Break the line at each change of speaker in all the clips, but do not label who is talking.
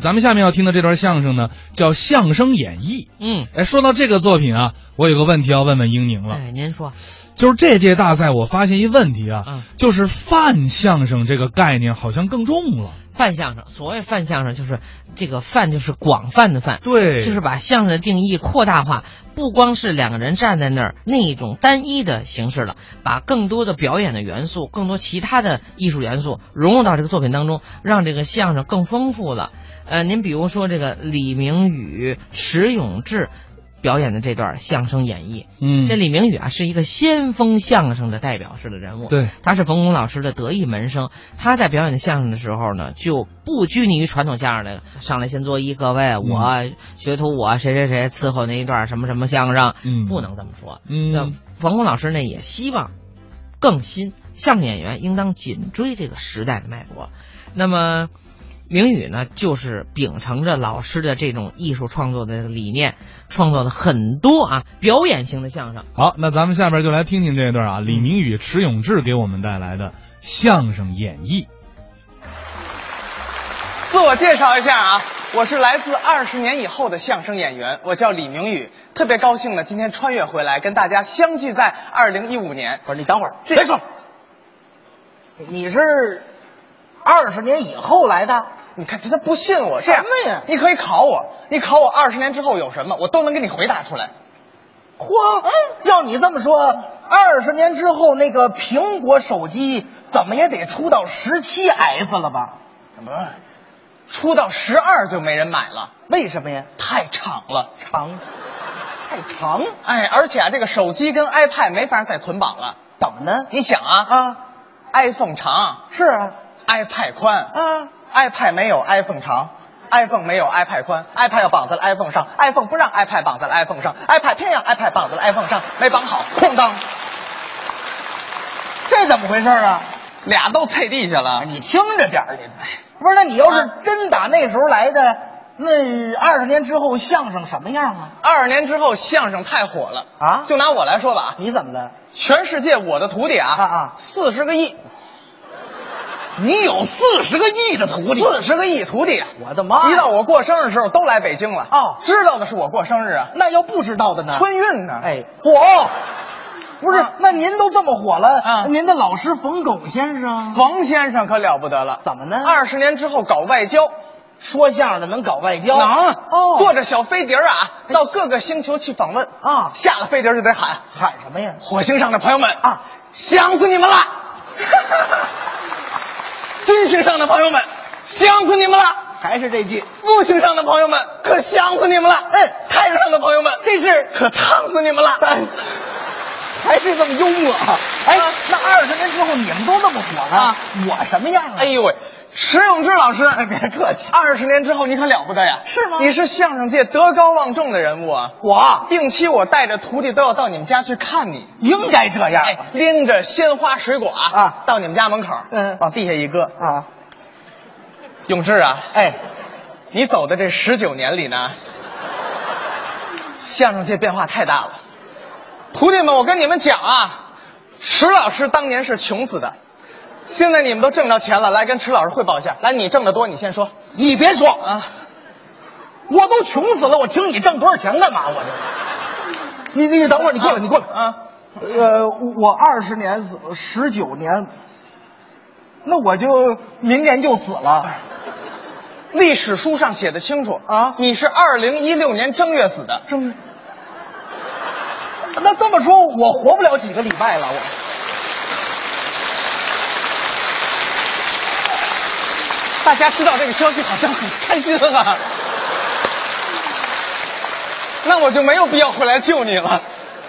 咱们下面要听的这段相声呢，叫相声演绎。
嗯，
哎，说到这个作品啊，我有个问题要问问英宁了，
哎，您说，
就是这届大赛我发现一问题啊，
嗯，
就是泛相声这个概念好像更重了。
泛相声，所谓泛相声就是这个“泛”就是广泛的“泛”，
对
就是把相声的定义扩大化，不光是两个人站在那儿那一种单一的形式了，把更多的表演的元素、更多其他的艺术元素融入到这个作品当中，让这个相声更丰富了。呃，您比如说这个李明宇、迟永志表演的这段相声演绎，这
嗯，
李明宇啊是一个先锋相声的代表式的人物，
对，
他是冯巩老师的得意门生，他在表演相声的时候呢，就不拘泥于传统相声的，上来先作揖，各位，我、
嗯
学徒我谁谁谁伺候那一段什么什么相声，
嗯，
不，能这么说。那
嗯，
冯巩老师呢，也希望更新相声演员应当紧追这个时代的脉搏。那么，明宇呢，就是秉承着老师的这种艺术创作的理念，创作了很多啊表演型的相声。
好，那咱们下边就来听听这段啊，李明宇、
嗯
迟永志给我们带来的相声演绎。
自我介绍一下啊，我是来自二十年以后的相声演员，我叫李明宇，特别高兴呢，今天穿越回来跟大家相聚在二零一五年。
不是你等会儿，
这
别说，你是二十年以后来的，
你看他他不信我，这样
什么呀
你可以考我，你考我二十年之后有什么，我都能给你回答出来。嗯
嚯！要你这么说，二十年之后那个苹果手机怎么也得出到十七 S 了吧？
什么？出到十二就没人买了，
为什么呀？
太长了。
长，太长，
哎，而且啊，这个手机跟 iPad 没法再捆绑了。
怎么呢？
你想啊
啊，
，iPhone 长
是啊，
，iPad 宽，
啊，
iPad 没有 iPhone 长，iPhone 没有 iPad 宽，iPad 要绑在了 iPhone 上，iPhone 不让 iPad 绑在了 iPhone 上，iPad 偏让 iPad 绑在了 iPhone 上，没绑好，哐当，
这怎么回事啊？
俩都踩地下了。哎
你听着点儿，你不是？那你要
啊
是真打那时候来的，那嗯二十年之后相声什么样啊？
二十年之后，相声太火了
啊
就拿我来说吧啊，
你怎么了？
全世界我的徒弟
啊
啊，
啊！
四十个亿，
你有四十个亿的徒弟，
四十个亿徒弟啊！
我的妈呀
一到我过生日的时候，都来北京了。
哦
知道的是我过生日啊，
那要不知道的呢？
春运呢。
哎
火，
不是
啊，
那您都这么火了，
啊
您的老师冯巩先生
冯先生可了不得了，
怎么呢？
二十年之后搞外交。
说相声的能搞外交
能
哦，哎
坐着小飞碟儿啊，到各个星球去访问
啊
下了飞碟儿就得喊
喊什么呀？
火星上的朋友们
啊，
想死你 们了！金星上的朋友们，想死你们了！
还是这句，
木星上的朋友们，可想死你们了！
嗯
太阳上的朋友们，
这是
可烫死你们了！
还是这么幽默啊？哎，那二十年之后你们都那么火了，
啊
我什么样啊？哎
哎呦喂，迟永志老师，
别客气
二十年之后你可了不得呀！
是吗
你是相声界德高望重的人物啊！
我
定期我带着徒弟都要到你们家去看你。
应该这样。
哎，拎着鲜花水果啊，
啊
到你们家门口，
嗯
往地下一搁。
啊，
永志啊，
哎，
你走的这十九年里呢，相声界变化太大了。徒弟们，我跟你们讲啊，迟老师当年是穷死的，现在你们都挣着钱了，来跟迟老师汇报一下。来，你挣得多，你先说
你别说
啊。
我都穷死了，我听你挣多少钱干嘛？我这，你你等会儿，你过来，
啊
你过来
啊。
呃，我二十年死，十九年，那我就明年就死了。
哎历史书上写的清楚
啊
你是二零一六年正月死的，
正，那这么说，我活不了几个礼拜了。我，
大家知道这个消息好像很开心啊。那我就没有必要回来救你了。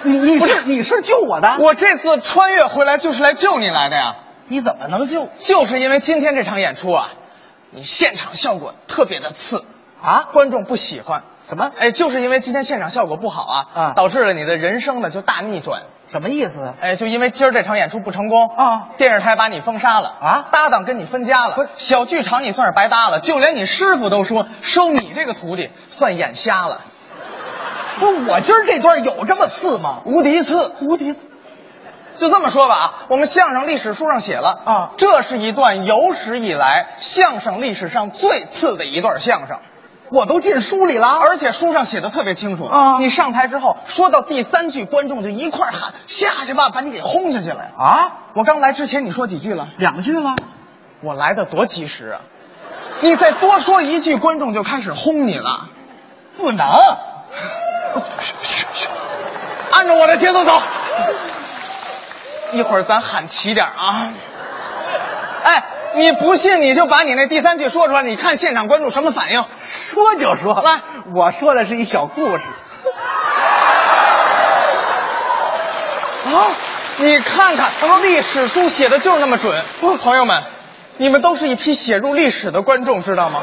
你你
不
是
是
你是救我的，
我这次穿越回来就是来救你来的呀，
你怎么能救
就是因为今天这场演出啊，你现场效果特别的次，
啊？
观众不喜欢。
什么
哎，就是因为今天现场效果不好啊，
啊
导致了你的人生呢就大逆转。
什么意思？
哎，就因为今儿这场演出不成功
啊
电视台把你封杀了
啊
搭档跟你分家了，
不是
小剧场你算是白搭了，就连你师傅都说收你这个徒弟算眼瞎了，
不是，我今儿这段有这么次吗？
无敌次，
无敌次，
就这么说吧啊，我们相声历史书上写了
啊
这是一段有史以来相声历史上最次的一段相声。
我都进书里了，
而且书上写的特别清楚
啊
你上台之后说到第三句，观众就一块儿喊下去吧，把你给轰下去了。
啊，
我刚来之前你说几句了？
两句了，
我来的多及时啊！你再多说一句，观众就开始轰你了。
不能。
按照我的节奏走。一会儿咱喊齐点儿啊！哎，你不信你就把你那第三句说出来，你看现场观众什么反应？
说就说，
来，
我说的是一小故事。
啊，你看看，历史书写的就是那么准。
哦
朋友们，你们都是一批写入历史的观众，知道吗？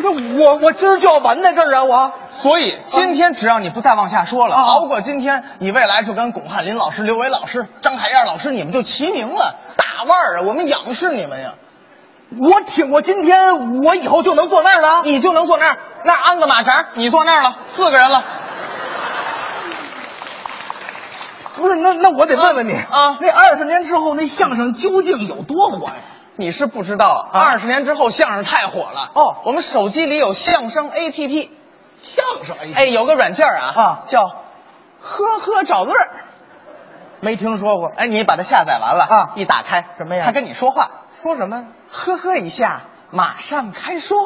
那我我今儿就要完在这儿啊！我
所以今天只要你不再往下说了，
啊
熬过今天，你未来就跟巩汉林老师、刘维老师、张海燕老师，你们就齐名了，大腕儿啊！我们仰视你们呀，
我挺，我今天我以后就能坐那儿了。
你就能坐那儿，那儿安个马扎，你坐那儿了，四个人了。
不是，那那我得问问你
啊
那二十年之后那相声究竟有多火呀？
你是不知道，
啊
二十年之后相声太火了
哦
我们手机里有相声 APP，
相声哎，
哎，有个软件儿啊
啊
叫呵呵找乐儿。
没听说过。
哎，你把它下载完了
啊
一打开
什么呀
他跟你说话，
说什么？
呵呵一下，马上开说。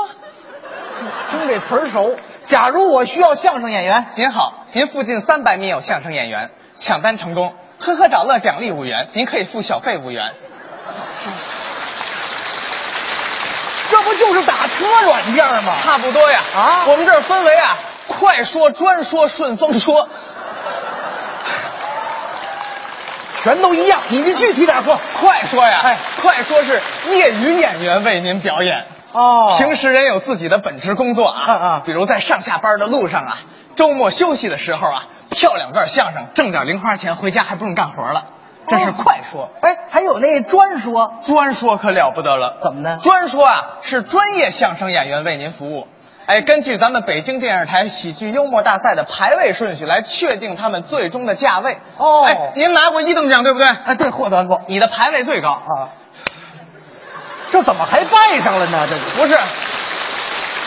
听这词儿熟。假如我需要相声演员，
您好，您附近三百米有相声演员，抢单成功，呵呵找乐奖励五元，您可以付小费五元。
这不就是打车软件吗？
差不多呀，
啊
我们这儿分为啊，快说、专说、顺风说。
全都一样。你你具体点说。
快说呀，
哎
快说是业余演员为您表演。
哦
平时人有自己的本职工作啊，
嗯嗯
比如在上下班的路上啊，周末休息的时候啊，跳两段相声，挣点零花钱，回家还不用干活了，这是
哦
快说。
哎，还有那专说，
专说可了不得了，
怎么呢
专说啊，是专业相声演员为您服务。哎，根据咱们北京电视台喜剧幽默大赛的排位顺序来确定他们最终的价位。
哦
哎，您拿过一等奖对不对？
哎，对，获得过
你的排位最高。
啊。这怎么还拜上了呢？这个
不是，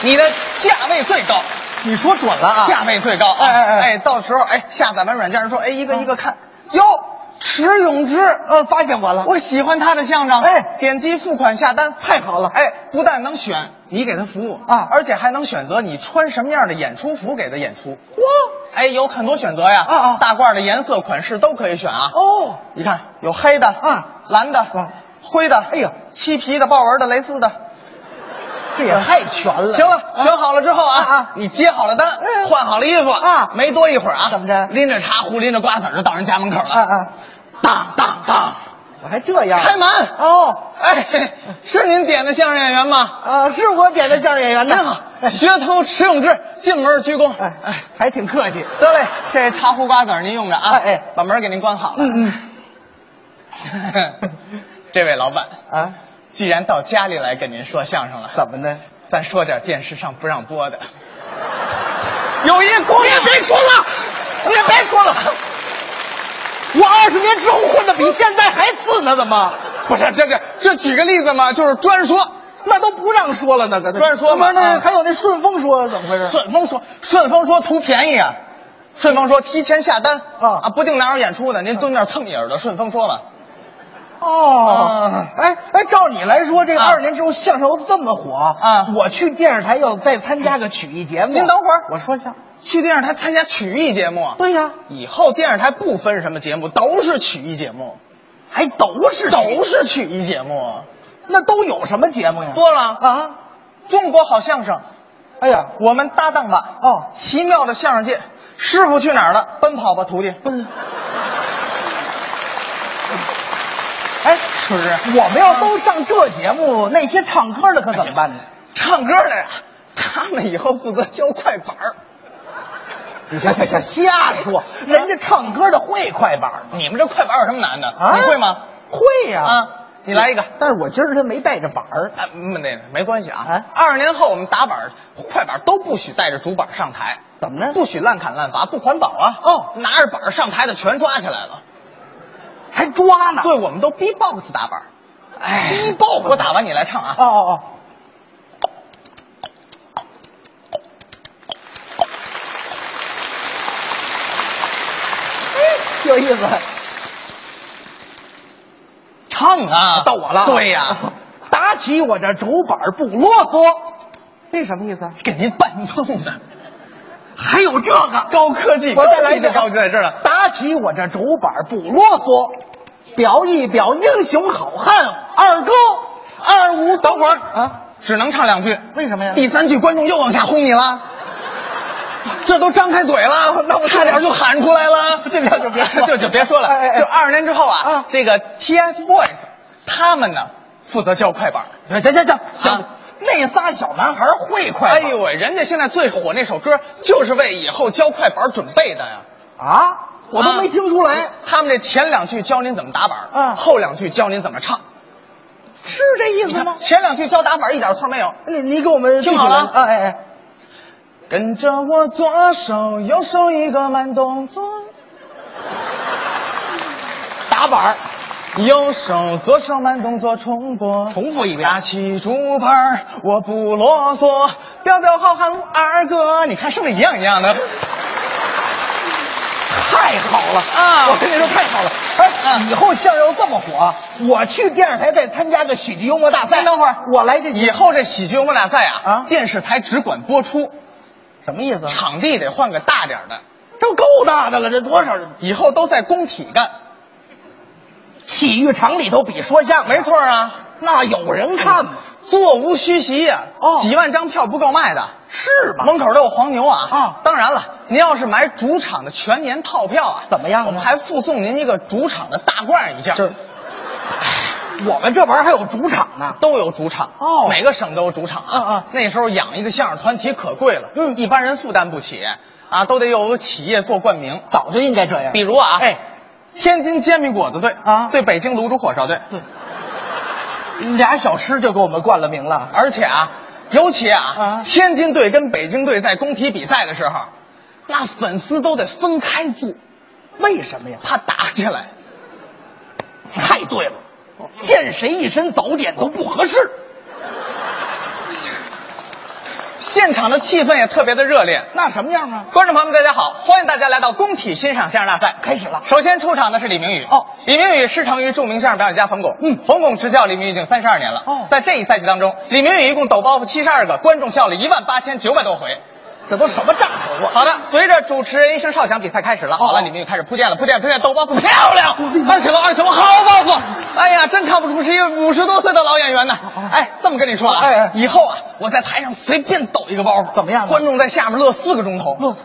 你的价位最高，
你说准了啊
价位最高啊！
哎哎哎嗯
到时候哎，下载完软件说，哎，一个一个看，哟，迟永志，
呃，发现我了，
我喜欢他的相声，
哎
点击付款下单，
太好了
哎，不但能选你给他服务
啊
而且还能选择你穿什么样的演出服给他演出。哎，有很多选择呀，
啊啊
大褂的颜色、款式都可以选啊。
哦，
你看，有黑的，
啊，
蓝的，
啊
灰的，
哎呦
漆皮的、豹纹的、蕾丝的，
这也太全 了。
行了，选好了之后啊，
啊啊
你接好了单，
嗯
换好了衣服
啊
没多一会儿啊，
怎么着
拎着茶壶，拎着瓜子儿就到人家门口了。
啊啊，
当当当，
我还这样
开门！
哦，
哎，是您点的相声演员吗？
呃，是我点的相声演员
您
呢。
好，哎学徒迟永志，进门鞠躬。
哎哎，还挺客气。
得嘞，这茶壶瓜子儿您用着啊。
哎哎
把门给您关好了。
嗯
嗯。 这位老板，
啊，
既然到家里来跟您说相声了，
怎么呢？
咱说点电视上不让播的。有一姑娘，
你也别说了，
你也别说了。
我二十年之后混的比现在还次呢，怎么？
不是这这这举个例子嘛，就是专说。
那都不让说了呢，那
专说嘛
不是那
啊
还有那顺风说怎么回事？
顺丰说，顺丰说图便宜啊。顺丰说提前下单
啊
啊，不定哪有演出呢，您蹲那儿蹭一耳朵。顺丰说吧，
哦
啊，
哎哎，照你来说，这
啊
二十年之后相声都这么火
啊
我去电视台要再参加个曲艺节目，
您等会儿
我说相，
去电视台参加曲艺节目。
对呀，
以后电视台不分什么节目，都是曲艺节目，
还都是
都是曲艺节目，
那都有什么节目呀？
多了
啊！
中国好相声，
哎呀，
我们搭档吧。
哦
奇妙的相声界，师傅去哪儿了？奔跑吧，徒弟。
不是，哎，
是不是？
我们要都上这节目，那些唱歌的可怎么办呢？
唱歌的呀，他们以后负责教快板儿。
你行行行，瞎说，人家唱歌的会快板吗？
你们这快板有什么难的？
啊
你会吗？
会呀、
啊，你来一个。
但是我今儿他没带着板儿，
啊，嗯那没关系啊
啊。
二十年后我们打板儿、快板儿都不许带着竹板儿上台，
怎么呢？
不许滥砍滥伐，不环保啊。
哦
拿着板儿上台的全抓起来了。
还抓呢。
对，我们都 B-box 打板儿。
哎
逼 box，我打完你来唱啊
哦。哦哦， 有意思。
唱啊，
到我了。
对呀、
打起我这竹板不啰嗦，这什么意思？
给您伴奏呢，
还有这个
高科技，
我再来一
个
遍，
高级在这儿了。
打起我这竹板不啰嗦，表一表英雄好汉二哥二五。
等会儿
啊，
只能唱两句，
为什么呀？
第三句观众又往下轰你 了，这都张开嘴了， 那我差点就喊出来 了。
这边就别说
就就别说了。
哎哎哎
就二十年之后啊，
啊
这个 TFBOYS 他们呢负责教快板。
行行行
行
行，那仨小男孩会快
啊哎
吗
呦喂，人家现在最火那首歌就是为以后教快板准备的呀。
啊，我都
啊
没听出来，
他们这前两句教您怎么打板，
嗯
后两句教您怎么唱。
是这意思吗？
前两句教打板一点错没有。
你你给我们
听好了
具体来哎哎哎，
跟着我左手右手一个慢动作，打板儿。右手左手慢动作重播，
重复一遍
打起竹板儿，我不啰嗦，彪彪好汉二哥，你看是不是一样一样的？
太好了
啊
我跟你说太好了，哎，以后相声要这么火，我去电视台再参加个喜剧幽默大赛。
先等会儿
我来这
以后这喜剧我们俩赛啊，
啊
电视台只管播出，
什么意思？
场地得换个大点儿的，
都够大的了，这多少人？
以后都在工体干。
体育场里头比说相声，
没错啊，
那有人看吗？
座无虚席呀、
哦
几万张票不够卖的。
是吗？
门口都有黄牛啊！
啊
当然了，您要是买主场的全年套票啊，
怎么样呢
我们还附送您一个主场的大罐一件。
这我们这玩意儿还有主场呢。
都有主场
哦
每个省都有主场啊。
嗯嗯
那时候养一个相声团体可贵了，
嗯
一般人负担不起啊，都得有企业做冠名。
早就应该这样
比如啊，
哎，
天津煎饼果子队
啊嗯
对北京卤煮火烧队，
俩小吃就给我们冠了名了。
而且啊，尤其啊，
啊
天津队跟北京队在工体比赛的时候，那粉丝都得分开坐，
为什么呀？
怕打起来。
太对了，见谁一身早点都不合适。
现场的气氛也特别的热烈。
那什么样啊？
观众朋友们，大家好，欢迎大家来到工体欣赏相声大赛，
开始了
首先出场的是李明宇。
哦，
李明宇师承于著名相声表演家冯巩。嗯，冯巩执教李明宇已经三十二年了。
哦
在这一赛季当中，李明宇一共抖包袱七十二个，观众笑了一万八千九百多回。
这都什么账头啊？
好的，随着主持人一声哨响，比赛开始了。好了，李明宇开始铺垫了，铺垫铺垫，抖包袱漂亮，二起楼二起楼好包袱。哎呀，真看不出是一个五十多岁的老演员呢。哎，这么跟你说啊，
哦哎哎
以后啊，我在台上随便抖一个包袱，
怎么样啊
观众在下面乐四个钟头，
乐，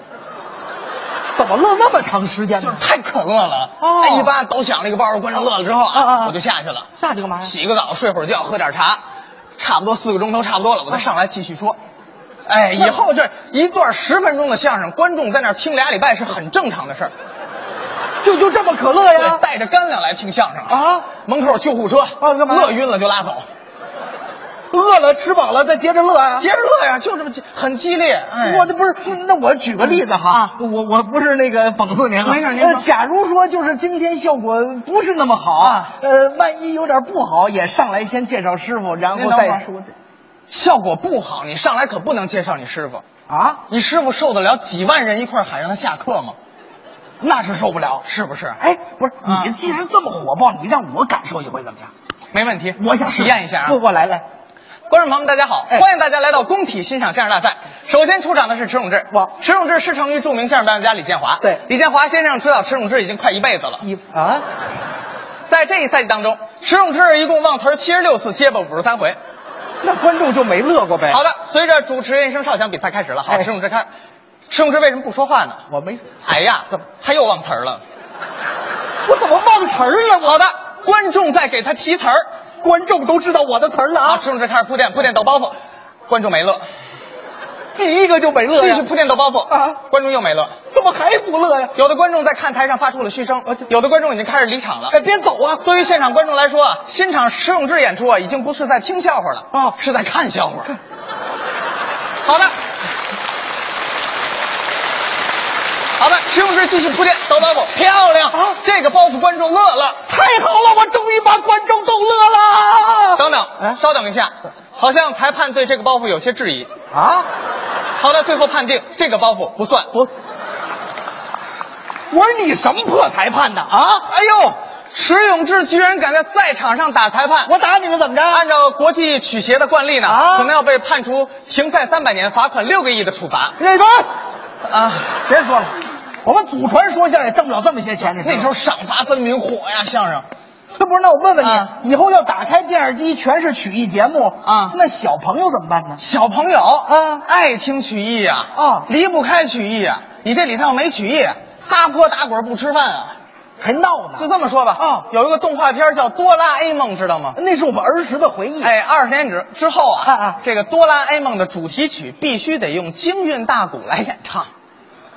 怎么乐那么长时间
就是
呢？
太可乐了。
哦
哎，一般抖响了一个包袱，观众乐了之后
啊啊
啊，
啊
我就下去了，
下去干嘛呀？
洗个澡，睡会儿觉，喝点茶，差不多四个钟头差不多了，我再上来继续说。哎，以后这一段十分钟的相声，观众在那儿听俩礼拜是很正常的事儿。
就就这么可乐
对
呀？
带着干粮来听相声
啊！
门口救护车，
啊干嘛
乐晕了就拉走，
饿了吃饱了再接着乐啊
接！着乐呀，就这么激很激烈。哎，啊
我这不是，那我举个例子哈，我我不是那个讽刺您啊。
没事您说
呃假如说就是今天效果不是那么好
啊，
呃，万一有点不好，也上来先介绍师傅，然
您
后
等会儿
再说这
效果不好，你上来可不能介绍你师傅。
啊，
你师傅受得了几万人一块儿喊让他下课吗？
那是受不了。
是不是？
哎，不是
啊，
你既然这么火爆，你让我感受一回怎么样？
没问题，
我想试
体验一下啊！
我我来来，
观众朋友们，大家好，
哎
欢迎大家来到工体欣赏相声大赛。首先出场的是迟永志，
我
迟永志师承于著名相声表演家李建华。
对
李建华先生指导迟永志已经快一辈子了。
你啊，
在这一赛季当中，迟永志一共忘词七十六次，结巴五十三回。
那观众就没乐过呗？
好的，随着主持人一声哨响，比赛开始了。好，
哎
迟永志开，迟永志为什么不说话呢？
我没，
哎呀，他又忘词儿了。
我怎么忘词儿了？
好的，观众在给他提词儿。
观众都知道我的词儿了
好，
啊，
迟永志开始铺垫铺垫抖包袱，观众没乐，
第一个就没乐
继
呀
续，铺垫抖包袱
啊
观众又没乐。
怎么还不乐呀？
有的观众在看台上发出了嘘声，呃有的观众已经开始离场了。
哎，别走啊！
对于现场观众来说啊，欣赏迟永志演出啊，已经不是在听笑话了，
哦
是在看笑话。好的，好的，迟永志继续铺垫，抖包袱，漂亮！
啊
这个包袱观众乐了，
太好了，我终于把观众逗乐了。
等等，稍等一下，好像裁判对这个包袱有些质疑。
啊，
好的，最后判定这个包袱不算。
不，我说你什么破裁判呢？啊，
啊，哎呦，迟永志居然敢在赛场上打裁判！
我打你了怎么着？
按照国际曲协的惯例呢，
啊
可能要被判处停赛三百年、罚款六个亿的处罚。
那边
啊，
别说了，我们祖传说相也挣不了这么些钱，你知道
那
吗
时候赏罚分明，火呀相声。
不是，那我问问你，
啊
以后要打开电视机全是曲艺节目
啊
那小朋友怎么办呢？
小朋友
啊
爱听曲艺呀、
啊
离不开曲艺呀、你这里头要没曲艺，撒泼打滚不吃饭啊。
还闹呢？
就这么说吧，
啊
有一个动画片叫《哆啦 A 梦》，知道吗？
那是我们儿时的回忆。
哎，二十年之之后啊，
嗯啊啊
这个《哆啦 A 梦》的主题曲必须得用京韵大鼓来演唱，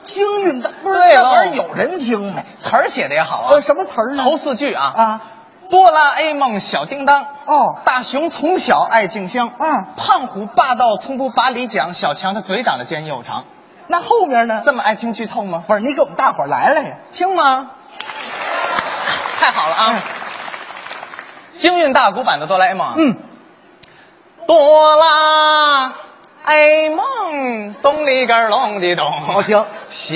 京韵的不是
对哦
那
了
玩意儿有人听吗？
词儿写的也好啊。
呃，什么词儿呢？
头四句啊
啊，
哆啦 A 梦小叮当，
哦
大熊从小爱静香，
嗯
胖虎霸道从不把理讲，小强他嘴长得尖又长，
那后面呢？
这么爱听剧透吗？
不是，你给我们大伙儿来来呀！嗯
听吗？太好了啊！京韵大鼓版的哆啦 A 梦，，啊
嗯，
哆啦 A 梦，咚里个儿隆的咚，
好听。
小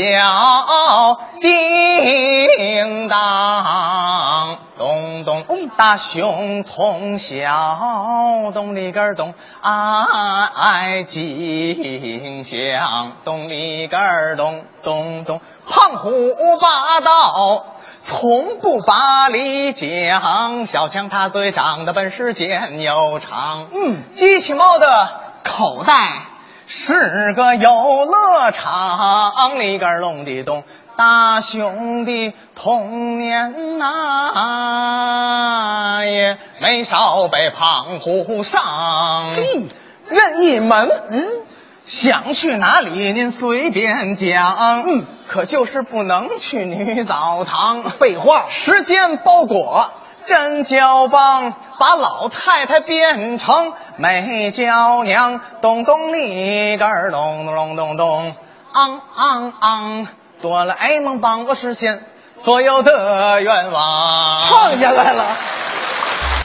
叮当，咚咚，大熊从小咚里个儿咚，爱静香，咚里个儿咚咚咚，胖虎霸道。从不把理讲，小强他嘴长得本事尖又长。
嗯
机器猫的口袋是个游乐场，里个隆的咚，大熊的童年呐、也没少被胖虎伤。
嘿
任意门，嗯，想去哪里您随便讲，嗯，可就是不能去女澡堂。
废话
时间包裹真胶棒，把老太太变成美娇娘，咚咚里个儿咚咚咚咚咚，昂昂昂，哎哆啦 A 梦帮我实现所有的愿望。
唱下来了。